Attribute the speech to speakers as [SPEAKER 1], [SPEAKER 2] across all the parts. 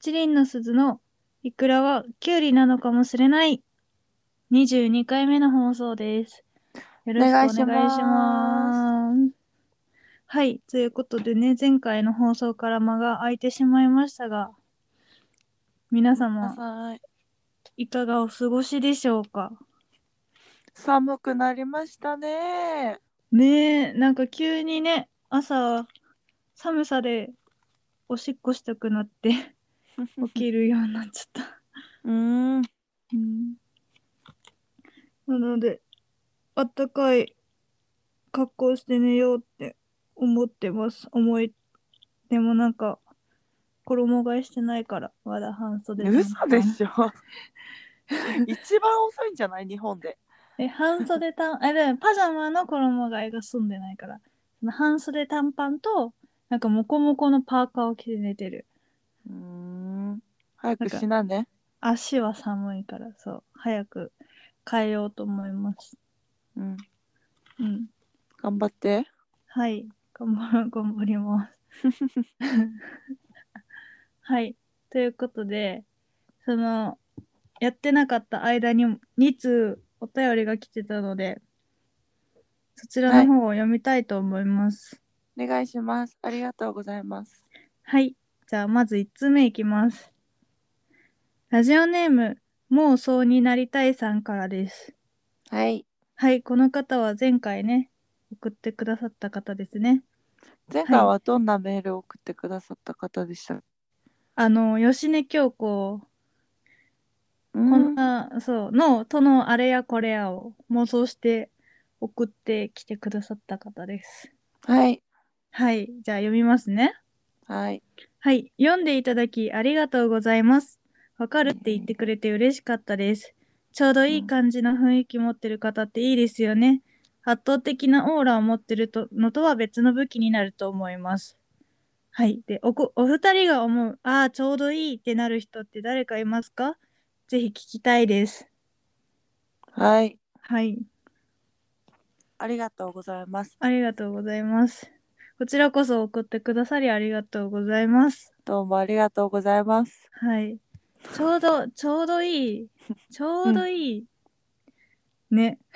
[SPEAKER 1] チリンの鈴のイクラはキュウリなのかもしれない22回目の放送です。よろしくお願いし
[SPEAKER 2] お願いし
[SPEAKER 1] ま。
[SPEAKER 2] ます
[SPEAKER 1] はい、ということでね、前回の放送から間が空いてしまいましたが、皆様、
[SPEAKER 2] さい
[SPEAKER 1] いかがお過ごしでしょうか
[SPEAKER 2] 寒くなりましたね。
[SPEAKER 1] ねえ、なんか急にね、朝、寒さでおしっこしたくなって起 きるようになっちゃった。
[SPEAKER 2] うーん。
[SPEAKER 1] うんなので、あったかい格好して寝ようって思ってます。思い、でもなんか、衣替えしてないから、まだ半袖なのか
[SPEAKER 2] 嘘
[SPEAKER 1] な
[SPEAKER 2] でしょ。一番遅いんじゃない日本で。
[SPEAKER 1] え、半袖短、 あ、でもパジャマの衣替えが済んでないから、その半袖短パンと、なんかモコモコのパーカーを着て寝てる。
[SPEAKER 2] うーん。早くしなね。
[SPEAKER 1] 足は寒いから、そう、早く変えようと思います。
[SPEAKER 2] うん。
[SPEAKER 1] うん。
[SPEAKER 2] 頑張って。
[SPEAKER 1] はい、頑張る 頑張ります。はい、ということで、その、やってなかった間に2通お便りが来てたので、そちらの方を読みたいと思います。
[SPEAKER 2] お願いします。ありがとうございます。
[SPEAKER 1] はい、じゃあまず1通目いきます。ラジオネーム、もうそうになりたいさんからです。
[SPEAKER 2] はい。
[SPEAKER 1] はい、この方は前回ね、送ってくださった方ですね。
[SPEAKER 2] 前回はどんなメールを送ってくださった方でしたか、
[SPEAKER 1] あの、芳根京子
[SPEAKER 2] う
[SPEAKER 1] こん
[SPEAKER 2] ん、
[SPEAKER 1] な、そう、の、とのあれやこれやを妄想して送ってきてくださった方です。
[SPEAKER 2] はい。
[SPEAKER 1] はい、じゃあ読みますね。
[SPEAKER 2] はい。
[SPEAKER 1] はい、読んでいただきありがとうございます。わかるって言ってくれて嬉しかったです。ちょうどいい感じの雰囲気持ってる方っていいですよね。圧倒的なオーラを持ってるとのとは別の武器になると思います。はい。で、おこお二人が思う、ああ、ちょうどいいってなる人って誰かいますかぜひ聞きたいです。
[SPEAKER 2] はい。
[SPEAKER 1] はい。
[SPEAKER 2] ありがとうございます。
[SPEAKER 1] ありがとうございます。こちらこそ送ってくださりありがとうございます。
[SPEAKER 2] どうもありがとうございます。
[SPEAKER 1] はい。ちょうど、ちょうどいい。ちょうどいい。ね。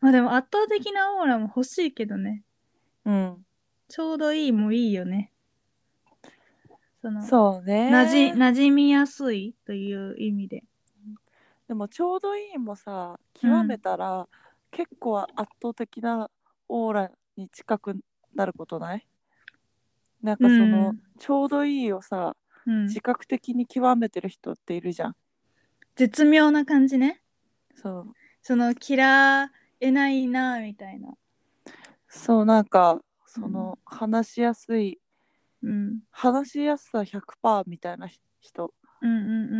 [SPEAKER 1] まあでも圧倒的なオーラも欲しいけどね。
[SPEAKER 2] うん。
[SPEAKER 1] ちょうどいいもいいよね。その、
[SPEAKER 2] そうね。
[SPEAKER 1] なじ、馴染みやすいという意味で。
[SPEAKER 2] でもちょうどいいもさ
[SPEAKER 1] うん
[SPEAKER 2] 極めたら、結構圧倒的なオーラに近くなることないなんかその、
[SPEAKER 1] うん
[SPEAKER 2] ちょうどいいをさ
[SPEAKER 1] うん。
[SPEAKER 2] 自覚的に極めてる人っているじゃん。
[SPEAKER 1] 絶妙な感じね。
[SPEAKER 2] そう
[SPEAKER 1] その、嫌えないな、みたいな。
[SPEAKER 2] そうなんかその、話しやすい
[SPEAKER 1] うん。
[SPEAKER 2] 話しやすさ100%みたいな人。
[SPEAKER 1] うんうん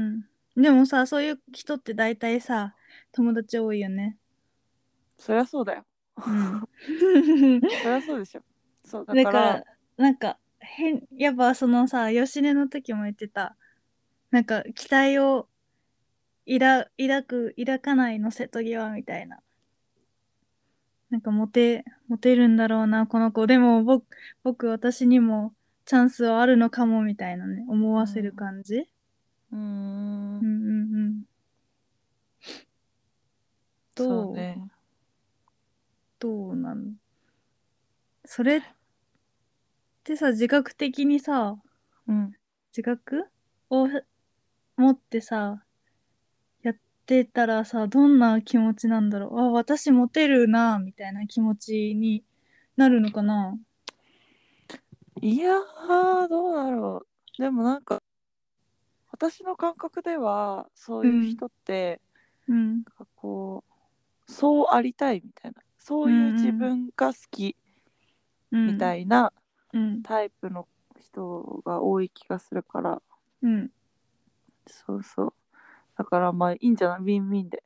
[SPEAKER 1] うん。でもさ、そういう人って大体さ、友達多いよね。
[SPEAKER 2] そりゃそうだよ。
[SPEAKER 1] うん、
[SPEAKER 2] そりゃそうでしょ。そうだ
[SPEAKER 1] だ
[SPEAKER 2] か
[SPEAKER 1] からら、なんか、変、やっぱそのさ、吉根の時も言ってた、なんか、期待を抱抱く、抱かないの瀬戸際みたいな。なんか、モテ、モテるんだろうな、この子。でも、僕、僕、私にもチャンスはあるのかも、みたいなね、思わせる感じ。
[SPEAKER 2] う
[SPEAKER 1] う
[SPEAKER 2] ー
[SPEAKER 1] ん
[SPEAKER 2] ん
[SPEAKER 1] うんうん。どう
[SPEAKER 2] そうね。
[SPEAKER 1] どうなのそれってさ自覚的にさ
[SPEAKER 2] うん
[SPEAKER 1] 自覚を持ってさやってたらさどんな気持ちなんだろうあ私モテるなみたいな気持ちになるのかない
[SPEAKER 2] やーどうだろうでもなんか私の感覚ではそういう人って、
[SPEAKER 1] うん
[SPEAKER 2] なんかこうそうありたいみたいなそういう自分が好き
[SPEAKER 1] うん
[SPEAKER 2] みたいな
[SPEAKER 1] うん
[SPEAKER 2] タイプの人が多い気がするから、
[SPEAKER 1] うん
[SPEAKER 2] そうそうだからまあいいんじゃないウィンウィンで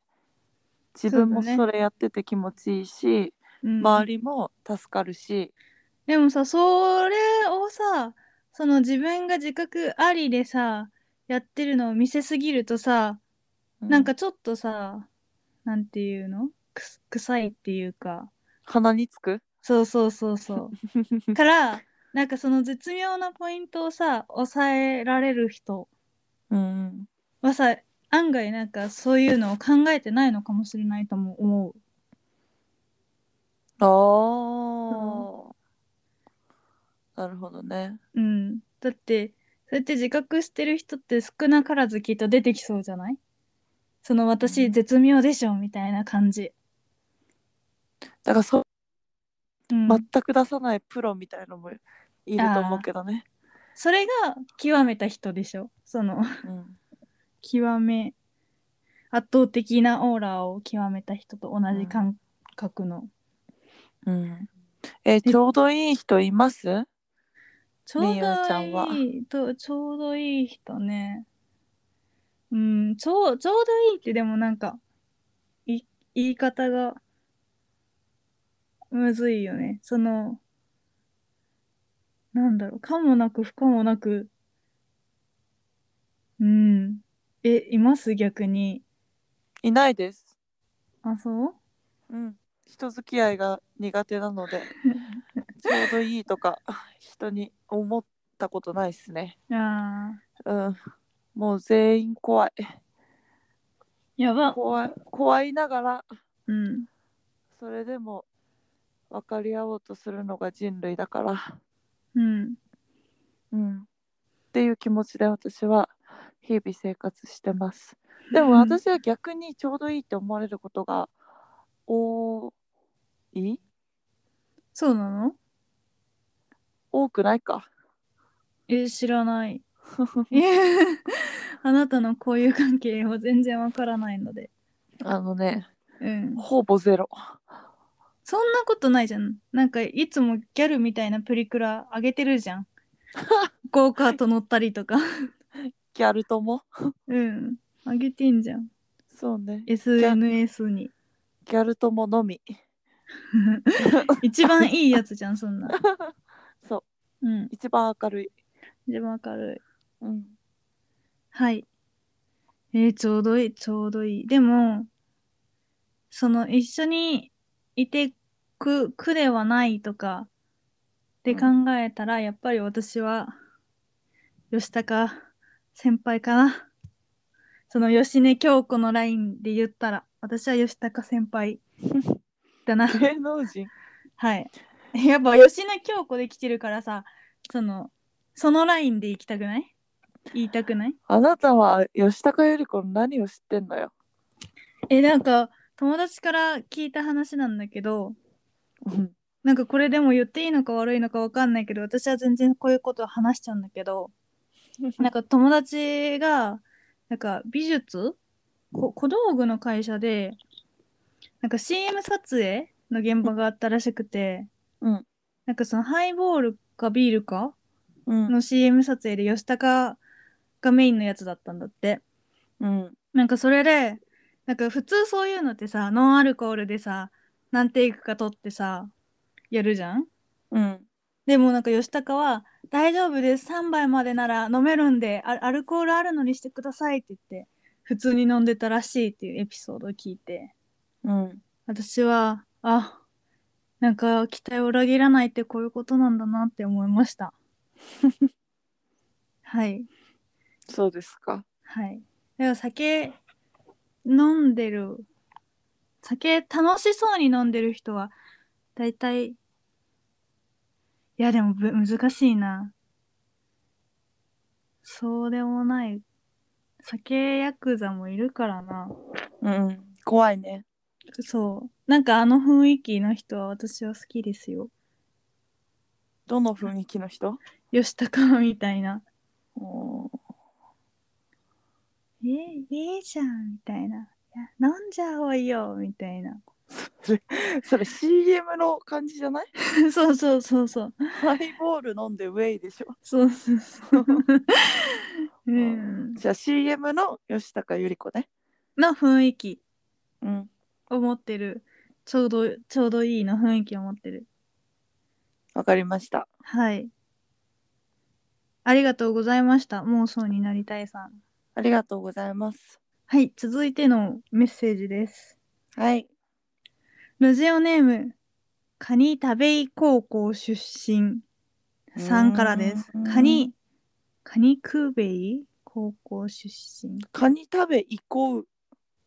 [SPEAKER 2] 自分
[SPEAKER 1] そ
[SPEAKER 2] も
[SPEAKER 1] うだね
[SPEAKER 2] それやってて気持ちいいし、
[SPEAKER 1] うん
[SPEAKER 2] 周りも助かるし、
[SPEAKER 1] でもさそれをさその自分が自覚ありでさやってるのを見せすぎるとさ
[SPEAKER 2] う
[SPEAKER 1] なんかちょっとさ、なんていうのくす臭いっていうか、
[SPEAKER 2] 鼻につく
[SPEAKER 1] そうそうそうそう。から、なんかその絶妙なポイントをさ抑えられる人
[SPEAKER 2] うん
[SPEAKER 1] はさ案外なんかそういうのを考えてないのかもしれないとも思う。
[SPEAKER 2] あーなるほどね
[SPEAKER 1] うん、だってそうやって自覚してる人って少なからずきっと出てきそうじゃないその
[SPEAKER 2] う
[SPEAKER 1] 私
[SPEAKER 2] ん
[SPEAKER 1] 絶妙でしょみたいな感じ。
[SPEAKER 2] だからそう
[SPEAKER 1] うん
[SPEAKER 2] 全く出さないプロみたいのもいると思うけどね、
[SPEAKER 1] それが極めた人でしょその
[SPEAKER 2] うん、
[SPEAKER 1] 極め圧倒的なオーラを極めた人と同じ感覚の。
[SPEAKER 2] うん、えちょうどいい人います
[SPEAKER 1] ちょうどいい
[SPEAKER 2] みゆちゃんは
[SPEAKER 1] とちょうどいい人ね。うん、ちょうちょうどいいってでもなんかい言い方がむずいよね。そのなんだろうかもなく不可もなくうんえいます逆に
[SPEAKER 2] いないです
[SPEAKER 1] あそう
[SPEAKER 2] うん、人付き合いが苦手なのでちょうどいいとか人に思ったことないですね、
[SPEAKER 1] あー
[SPEAKER 2] うん、もう全員怖い
[SPEAKER 1] やば
[SPEAKER 2] 怖い怖いながら
[SPEAKER 1] うん
[SPEAKER 2] それでも分かり合おうとするのが人類だから、
[SPEAKER 1] うん
[SPEAKER 2] うん、っていう気持ちで私は日々生活してますでも私は逆にちょうどいいって思われることが多い
[SPEAKER 1] そうなの
[SPEAKER 2] 多くないか
[SPEAKER 1] え知ら ないいやあなたの交友関係は全然わからないので。
[SPEAKER 2] あのね
[SPEAKER 1] うん。
[SPEAKER 2] ほぼゼロ
[SPEAKER 1] そんなことないじゃん。なんかいつもギャルみたいなプリクラあげてるじ ゃん。ゴーカート乗ったりとか。
[SPEAKER 2] ギャル友
[SPEAKER 1] うん。あげてんじゃん。
[SPEAKER 2] そうね
[SPEAKER 1] SNS に。
[SPEAKER 2] ギャル友のみ
[SPEAKER 1] 一番いいやつじゃん、そ んな。
[SPEAKER 2] そう
[SPEAKER 1] うん。
[SPEAKER 2] 一番明るい、
[SPEAKER 1] 一番明るい。
[SPEAKER 2] うん、
[SPEAKER 1] はい。えーちょうどいい、ちょうどいい。でも、その一緒にいてく、苦ではないとか、で考えたら、やっぱり私は、吉高先輩かな。その吉根京子のラインで言ったら、私は吉高先輩だ な。
[SPEAKER 2] 芸能人
[SPEAKER 1] はい。やっぱ吉根京子で来てるからさ、その、そのラインで行きたくない言いたくない
[SPEAKER 2] あなたは吉高由里子の何を知ってんのよ、
[SPEAKER 1] えなんか友達から聞いた話なんだけど
[SPEAKER 2] うん、
[SPEAKER 1] なんかこれでも言っていいのか悪いのかわかんないけど私は全然こういうことを話しちゃうんだけどなんか友達がなんか美術こ小道具の会社でなんか CM 撮影の現場があったらしくて、
[SPEAKER 2] うん
[SPEAKER 1] なんかそのハイボールかビールか
[SPEAKER 2] うん
[SPEAKER 1] の CM 撮影で吉高がメインのやつだったんだって。
[SPEAKER 2] うん
[SPEAKER 1] なんかそれで、なんか普通そういうのってさ、ノンアルコールでさ、何テイクか取ってさ、やるじゃん
[SPEAKER 2] うん
[SPEAKER 1] でもなんか吉高は、大丈夫です、3杯までなら飲めるんで、アアルコールあるのにしてくださいって言って、普通に飲んでたらしいっていうエピソードを聞いて、
[SPEAKER 2] うん
[SPEAKER 1] 私は、あ、なんか期待を裏切らないってこういうことなんだなって思いました。 はい。
[SPEAKER 2] そうですか
[SPEAKER 1] はい。でも酒飲んでる酒楽しそうに飲んでる人は大体いやでもぶ難しいな。そうでもない酒ヤクザもいるからな。
[SPEAKER 2] うん怖いね
[SPEAKER 1] そう。なんかあの雰囲気の人は私は好きですよ。
[SPEAKER 2] どの雰囲気の人
[SPEAKER 1] 吉高みたいな。
[SPEAKER 2] おー
[SPEAKER 1] え、いいじゃんみたいな。いや飲んじゃおうよみたいな。
[SPEAKER 2] それ CM の感じじゃない
[SPEAKER 1] そうそうそうそう。
[SPEAKER 2] ハイボール飲んでウェイでしょ
[SPEAKER 1] そうそう そう。うん、
[SPEAKER 2] じゃあ CM の吉高由里子ね
[SPEAKER 1] の雰囲気
[SPEAKER 2] うん
[SPEAKER 1] を持ってる。ちょうど、ちょうどいいの雰囲気を持ってる。
[SPEAKER 2] わかりました
[SPEAKER 1] はい。ありがとうございました。妄想になりたいさん。
[SPEAKER 2] ありがとうございます
[SPEAKER 1] はい、続いてのメッセージです。
[SPEAKER 2] はい
[SPEAKER 1] ラジオネーム、カニ食べい高校出身。さんからです
[SPEAKER 2] うん。
[SPEAKER 1] カニ、カニクーベイ高校出身。
[SPEAKER 2] カニ食べ行こう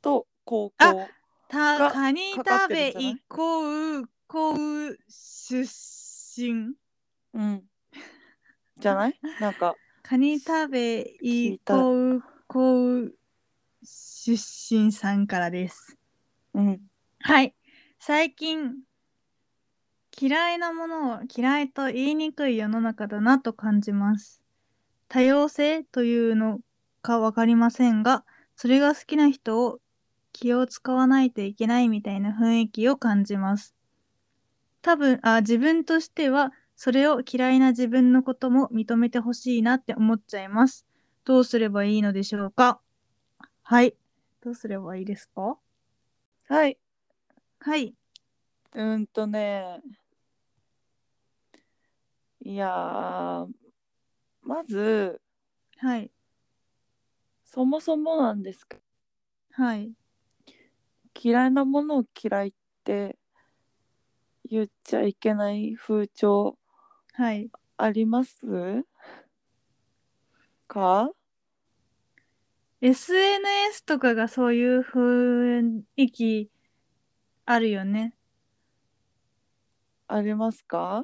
[SPEAKER 2] と高
[SPEAKER 1] あ
[SPEAKER 2] 校
[SPEAKER 1] た
[SPEAKER 2] が
[SPEAKER 1] カニ
[SPEAKER 2] かかっ
[SPEAKER 1] 食
[SPEAKER 2] て
[SPEAKER 1] べ
[SPEAKER 2] るんじゃない
[SPEAKER 1] 行こう、こう、出身。
[SPEAKER 2] うんじゃないなんか
[SPEAKER 1] カニ食べ
[SPEAKER 2] 聞
[SPEAKER 1] 行
[SPEAKER 2] いた
[SPEAKER 1] こう、こう、出身さんからです。
[SPEAKER 2] うん
[SPEAKER 1] はい。最近、嫌いなものを嫌いと言いにくい世の中だなと感じます。多様性というのかわかりませんが、それが好きな人を気を使わないといけないみたいな雰囲気を感じます。多分、あ、自分としては、それを嫌いな自分のことも認めてほしいなって思っちゃいます。どうすればいいのでしょうかはい。どうすればいいですか
[SPEAKER 2] はい
[SPEAKER 1] はい。
[SPEAKER 2] うーんとねいやーまず
[SPEAKER 1] はい。
[SPEAKER 2] そもそもなんですけど
[SPEAKER 1] はい。
[SPEAKER 2] 嫌いなものを嫌いって言っちゃいけない風潮
[SPEAKER 1] はい。
[SPEAKER 2] ありますか
[SPEAKER 1] SNS とかがそういう雰囲気あるよね。
[SPEAKER 2] ありますか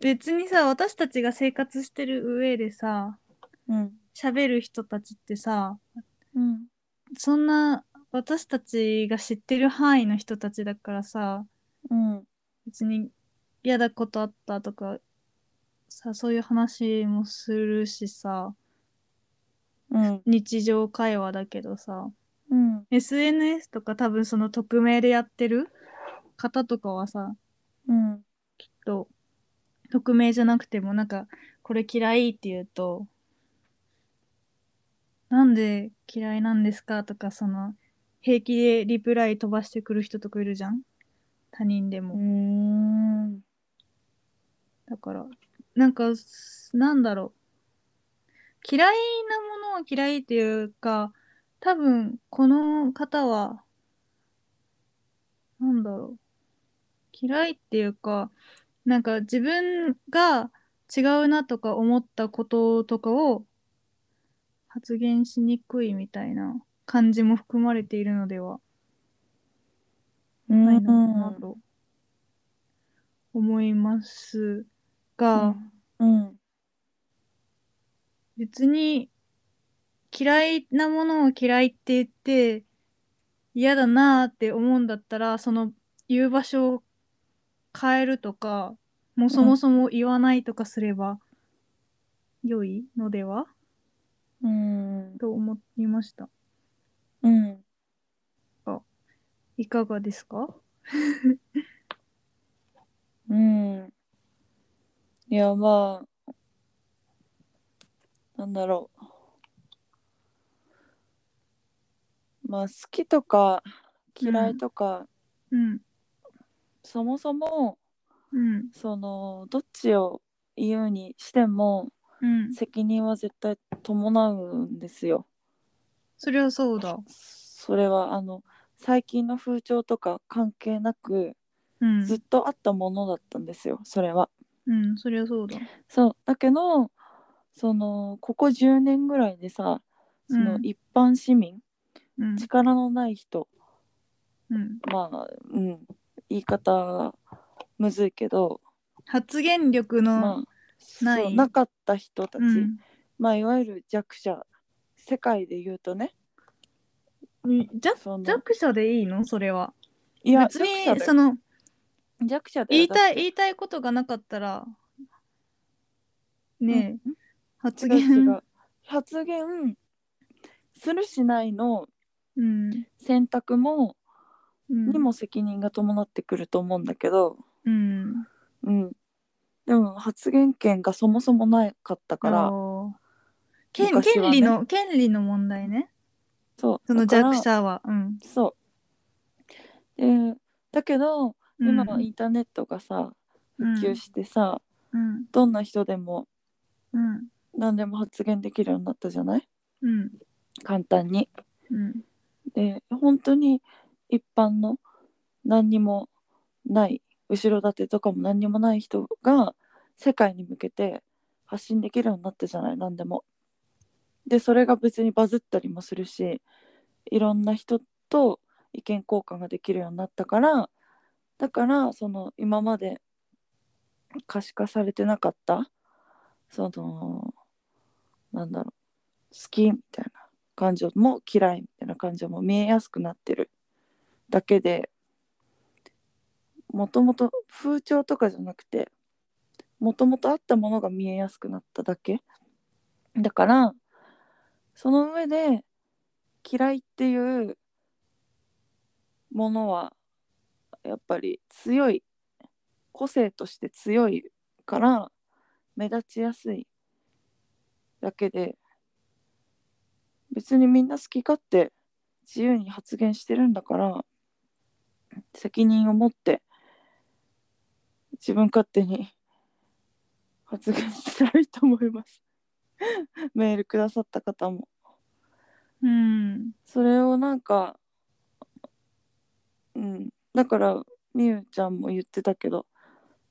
[SPEAKER 1] 別にさ、私たちが生活してる上でさ、
[SPEAKER 2] うん
[SPEAKER 1] 喋る人たちってさ、
[SPEAKER 2] うん
[SPEAKER 1] そんな私たちが知ってる範囲の人たちだからさ、
[SPEAKER 2] うん
[SPEAKER 1] 別に嫌なことあったとか、さ、そういう話もするしさ、
[SPEAKER 2] うん
[SPEAKER 1] 日常会話だけどさ、
[SPEAKER 2] うん
[SPEAKER 1] SNS とか多分その匿名でやってる方とかはさ、
[SPEAKER 2] うん
[SPEAKER 1] きっと匿名じゃなくてもなんかこれ嫌いって言うとなんで嫌いなんですかとかその平気でリプライ飛ばしてくる人とかいるじゃん他人で
[SPEAKER 2] う
[SPEAKER 1] も、
[SPEAKER 2] ーん
[SPEAKER 1] だからなんかすなんだろう嫌いなものを嫌いっていうか多分この方はなんだろう嫌いっていうかなんか自分が違うなとか思ったこととかを発言しにくいみたいな感じも含まれているのでは
[SPEAKER 2] う
[SPEAKER 1] ない
[SPEAKER 2] ん
[SPEAKER 1] のかなと思いますが、
[SPEAKER 2] うん
[SPEAKER 1] 別に嫌いなものを嫌いって言って嫌だなーって思うんだったらその言う場所を変えるとかもうそもそも言わないとかすれば良いのでは、
[SPEAKER 2] うん
[SPEAKER 1] と思いました
[SPEAKER 2] うん
[SPEAKER 1] いかがですか
[SPEAKER 2] うんいやまあなんだろうまあ好きとか嫌いとか、
[SPEAKER 1] うん
[SPEAKER 2] そもそも
[SPEAKER 1] うん
[SPEAKER 2] そのどっちを言うにしても
[SPEAKER 1] うん
[SPEAKER 2] 責任は絶対伴うんですよ。
[SPEAKER 1] そりゃそうだ
[SPEAKER 2] それはあの最近の風潮とか関係なく
[SPEAKER 1] うん
[SPEAKER 2] ずっとあったものだったんですよそれは。
[SPEAKER 1] うんそりゃそうだ
[SPEAKER 2] そうだけどそのここ10年ぐらいでさその
[SPEAKER 1] うん
[SPEAKER 2] 一般市民、
[SPEAKER 1] うん
[SPEAKER 2] 力のない人
[SPEAKER 1] うん
[SPEAKER 2] まあうん言い方むずいけど、
[SPEAKER 1] 発言力
[SPEAKER 2] ま
[SPEAKER 1] の、
[SPEAKER 2] あそう
[SPEAKER 1] ない
[SPEAKER 2] なかった人たち、
[SPEAKER 1] うん
[SPEAKER 2] まあいわゆる弱者世界で言うとね
[SPEAKER 1] 弱
[SPEAKER 2] その
[SPEAKER 1] 弱者でいいのそれはい
[SPEAKER 2] や
[SPEAKER 1] 別に
[SPEAKER 2] 弱者
[SPEAKER 1] そ
[SPEAKER 2] だよ
[SPEAKER 1] の
[SPEAKER 2] 弱者だよ
[SPEAKER 1] 言い
[SPEAKER 2] だ
[SPEAKER 1] たい言いたいことがなかったら
[SPEAKER 2] って
[SPEAKER 1] ねえ、
[SPEAKER 2] うん
[SPEAKER 1] 発
[SPEAKER 2] 違う違
[SPEAKER 1] 言
[SPEAKER 2] う発言するしないの
[SPEAKER 1] うん
[SPEAKER 2] 選択も、
[SPEAKER 1] うん
[SPEAKER 2] にも責任が伴ってくると思うんだけど、
[SPEAKER 1] うん
[SPEAKER 2] うん、でも発言権がそもそもなかったから
[SPEAKER 1] おー権
[SPEAKER 2] 昔
[SPEAKER 1] 権
[SPEAKER 2] はね
[SPEAKER 1] 利の権利の問題ね
[SPEAKER 2] そう
[SPEAKER 1] その
[SPEAKER 2] だから
[SPEAKER 1] 弱者はうん
[SPEAKER 2] そうでだけど今
[SPEAKER 1] う
[SPEAKER 2] は
[SPEAKER 1] ん
[SPEAKER 2] インターネットがさ
[SPEAKER 1] うん
[SPEAKER 2] 普及してさ、
[SPEAKER 1] うん
[SPEAKER 2] どんな人でも
[SPEAKER 1] うん
[SPEAKER 2] 何でも発言できるようになったじゃない
[SPEAKER 1] うん
[SPEAKER 2] 簡単に。
[SPEAKER 1] うん
[SPEAKER 2] で本当に一般の何にもない後ろ盾とかも何にもない人が世界に向けて発信できるようになったじゃない何でも。でそれが別にバズったりもするしいろんな人と意見交換ができるようになったからだからその今まで可視化されてなかったそのなんだろう好きみたいな感情も嫌いみたいな感情も見えやすくなってるだけでもともと風潮とかじゃなくてもともとあったものが見えやすくなっただけだからその上で嫌いっていうものはやっぱり強い個性として強いから目立ちやすいだけで別にみんな好き勝手自由に発言してるんだから責任を持って自分勝手に発言したらいいと思います メールくださった方も
[SPEAKER 1] うん。
[SPEAKER 2] それをなんかうんだからみゆちゃんも言ってたけど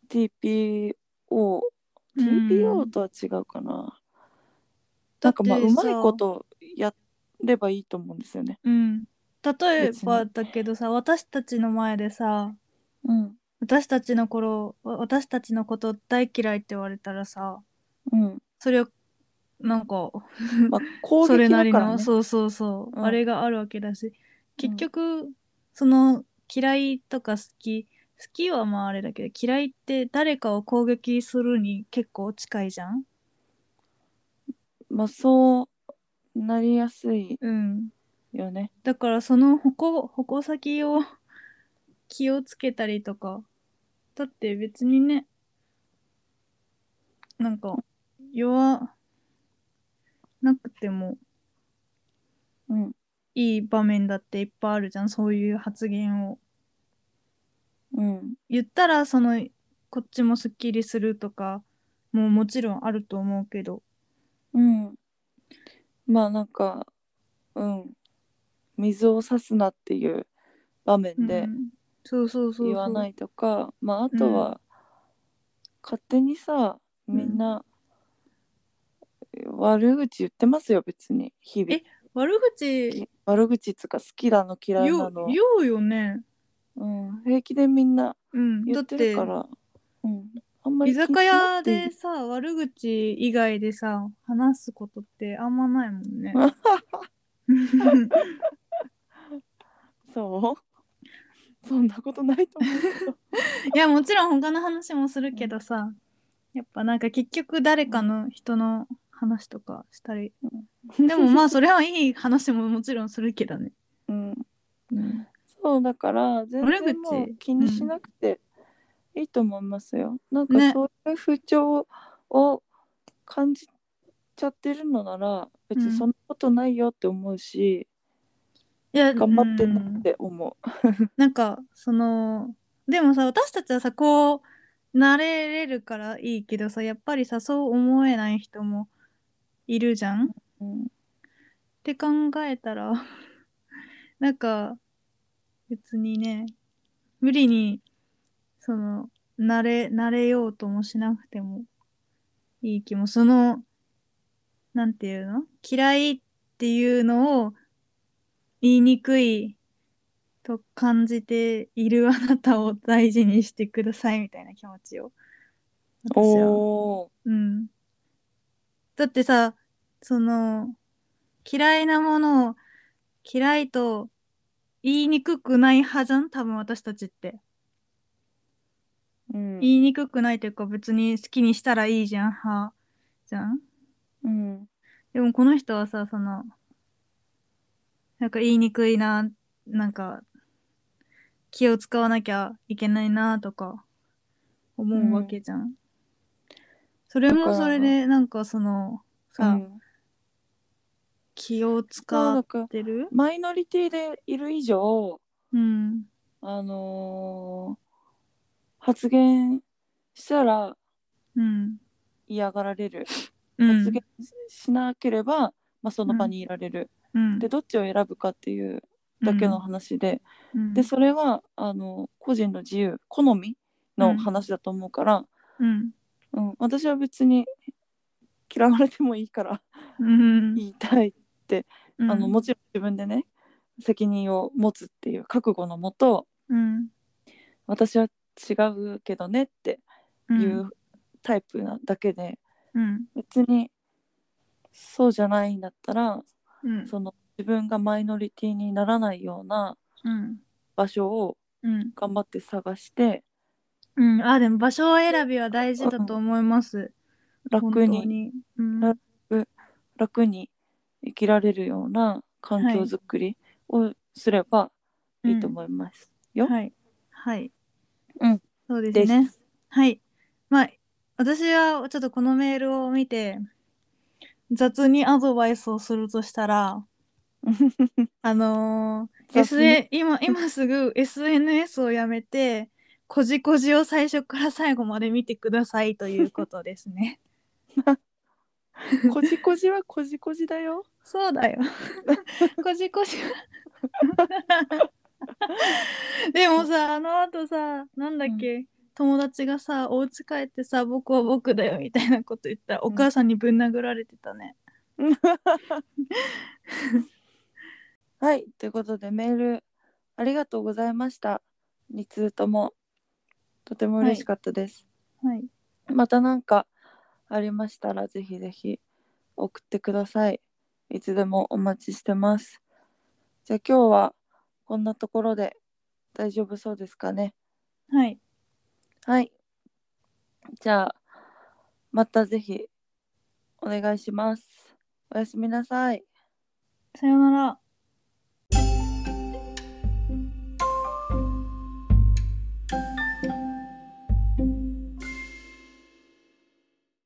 [SPEAKER 2] TPO
[SPEAKER 1] うん
[SPEAKER 2] TPO とは違うかな、なんかまあ
[SPEAKER 1] だ
[SPEAKER 2] う
[SPEAKER 1] ってさ
[SPEAKER 2] まいことやればいいと思うんですよね
[SPEAKER 1] うん。例え
[SPEAKER 2] 別
[SPEAKER 1] ば
[SPEAKER 2] に
[SPEAKER 1] だけどさ、私たちの前でさ、
[SPEAKER 2] うん
[SPEAKER 1] 私たちの頃、わ私たちのこと大嫌いって言われたらさ、
[SPEAKER 2] うん
[SPEAKER 1] それを、なんか、
[SPEAKER 2] まあ攻
[SPEAKER 1] それ
[SPEAKER 2] 撃
[SPEAKER 1] な
[SPEAKER 2] だ
[SPEAKER 1] り
[SPEAKER 2] から
[SPEAKER 1] の、
[SPEAKER 2] ね
[SPEAKER 1] そうそうそう、
[SPEAKER 2] うん
[SPEAKER 1] あれがあるわけだし、結局、その嫌いとか好き、好きはまああれだけど、嫌いって誰かを攻撃するに結構近いじゃん
[SPEAKER 2] まあそうなりやすい
[SPEAKER 1] うん。
[SPEAKER 2] よね
[SPEAKER 1] だからその矛、矛先を気をつけたりとか、だって別にね、なんか弱なくても
[SPEAKER 2] うん
[SPEAKER 1] いい場面だっていっぱいあるじゃん、そういう発言を。
[SPEAKER 2] うん
[SPEAKER 1] 言ったらそのこっちもすっきりするとかももちろんあると思うけど
[SPEAKER 2] うんまあなんかうん水を差すなっていう場面で
[SPEAKER 1] うんそうそうそうそう
[SPEAKER 2] 言わないいとかまああとは勝手にさ
[SPEAKER 1] ん
[SPEAKER 2] みんな悪口言ってますよ別に日々
[SPEAKER 1] え悪口
[SPEAKER 2] 悪口っつうか好きだの嫌い
[SPEAKER 1] 言
[SPEAKER 2] な
[SPEAKER 1] う
[SPEAKER 2] の、
[SPEAKER 1] 言うよね
[SPEAKER 2] うん、平気でみんな
[SPEAKER 1] うんだ
[SPEAKER 2] 言
[SPEAKER 1] っ
[SPEAKER 2] ってる
[SPEAKER 1] て
[SPEAKER 2] からうんあんまり
[SPEAKER 1] 居
[SPEAKER 2] 気にし
[SPEAKER 1] 酒
[SPEAKER 2] な
[SPEAKER 1] 屋
[SPEAKER 2] くていい
[SPEAKER 1] でさ悪口以外でさ話すことってあんまないも んね
[SPEAKER 2] そうそんなことないと思うけど
[SPEAKER 1] いやもちろん他の話もするけどさやっぱなんか結局誰かの人の話とかしたり でもまあそれはいい話ももちろんするけどね、
[SPEAKER 2] うん
[SPEAKER 1] うん
[SPEAKER 2] そうだから全
[SPEAKER 1] 悪口
[SPEAKER 2] 然もう気にしなくていいと思いますよ、なんか
[SPEAKER 1] ね
[SPEAKER 2] そういう不調を感じちゃってるのなら別
[SPEAKER 1] う
[SPEAKER 2] に
[SPEAKER 1] ん
[SPEAKER 2] そんなことないよって思うし、
[SPEAKER 1] いや
[SPEAKER 2] 頑張ってん
[SPEAKER 1] う
[SPEAKER 2] なっ
[SPEAKER 1] ん
[SPEAKER 2] て思う、
[SPEAKER 1] なんかそのでもさ私たちはさこう慣れれるからいいけどさやっぱりさそう思えない人もいるじゃんっ
[SPEAKER 2] うん
[SPEAKER 1] て考えたら なんか別にね無理にその慣れ慣れようともしなくてもいい気もそのなんていうの嫌いっていうのを言いにくいと感じているあなたを大事にしてくださいみたいな気持ちを私は、
[SPEAKER 2] おー
[SPEAKER 1] うん、だってさその嫌いなものを嫌いと言いにくくない派じゃん多分私たちって
[SPEAKER 2] うん
[SPEAKER 1] 言いにくくないというか別に好きにしたらいいじゃん派じゃん
[SPEAKER 2] うん
[SPEAKER 1] でもこの人はさそのなんか言いにくいななんか気を使わなきゃいけないなとか思うわけじゃん、それ
[SPEAKER 2] だか
[SPEAKER 1] も
[SPEAKER 2] ら
[SPEAKER 1] それでなんかそのさ、
[SPEAKER 2] うん
[SPEAKER 1] 気を
[SPEAKER 2] そう
[SPEAKER 1] 使
[SPEAKER 2] だ
[SPEAKER 1] っ
[SPEAKER 2] から
[SPEAKER 1] てる
[SPEAKER 2] マイノリティでいる以上
[SPEAKER 1] うん
[SPEAKER 2] あのー発言したら
[SPEAKER 1] うん
[SPEAKER 2] 嫌がられる
[SPEAKER 1] うん
[SPEAKER 2] 発言しなければ、まあ、その場にいられる、
[SPEAKER 1] うん
[SPEAKER 2] でどっちを選ぶかっていうだけの話で、
[SPEAKER 1] うん
[SPEAKER 2] でそれはあの個人の自由好みの話だと思うから、
[SPEAKER 1] うん
[SPEAKER 2] うんうん、私は別に嫌われてもいいから
[SPEAKER 1] うん
[SPEAKER 2] 言いたい、
[SPEAKER 1] うん
[SPEAKER 2] あのもちろん自分でね責任を持つっていう覚悟のもと
[SPEAKER 1] うん
[SPEAKER 2] 私は違うけどねって
[SPEAKER 1] うん
[SPEAKER 2] いうタイプなだけで、
[SPEAKER 1] うん
[SPEAKER 2] 別にそうじゃないんだったら
[SPEAKER 1] うん
[SPEAKER 2] その自分がマイノリティにならないような
[SPEAKER 1] うん
[SPEAKER 2] 場所を
[SPEAKER 1] うん
[SPEAKER 2] 頑張って探して
[SPEAKER 1] うんあでも場所選びは大事だと思います
[SPEAKER 2] 楽
[SPEAKER 1] 本当
[SPEAKER 2] に
[SPEAKER 1] にうん
[SPEAKER 2] 楽楽に生きられるような環境づくりをすればいいと思います、よ。
[SPEAKER 1] はいはい
[SPEAKER 2] うん
[SPEAKER 1] そうです
[SPEAKER 2] です。
[SPEAKER 1] ねはい。まあ、私はちょっとこのメールを見て、雑にアドバイスをするとしたら、あのー
[SPEAKER 2] 雑に
[SPEAKER 1] SN 今、今すぐ SNS をやめて、こじこじを最初から最後まで見てくださいということですね。
[SPEAKER 2] こじこじはこじこじだよ。
[SPEAKER 1] そうだよ。こじこじは。でもさ、あの後さ、なんだっけ、友達がさ、お家帰ってさ、僕は僕だよみたいなこと言ったら、お母さんにぶん殴られてたね。
[SPEAKER 2] はい、ということでメールありがとうございました。2通ともとても嬉しかったです。
[SPEAKER 1] はい。
[SPEAKER 2] また何かありましたらぜひぜひ送ってください。いつでもお待ちしてます。じゃあ今日はこんなところで大丈夫そうですかね。
[SPEAKER 1] はい。
[SPEAKER 2] はい。じゃあまたぜひお願いします。おやすみなさい。
[SPEAKER 1] さよなら。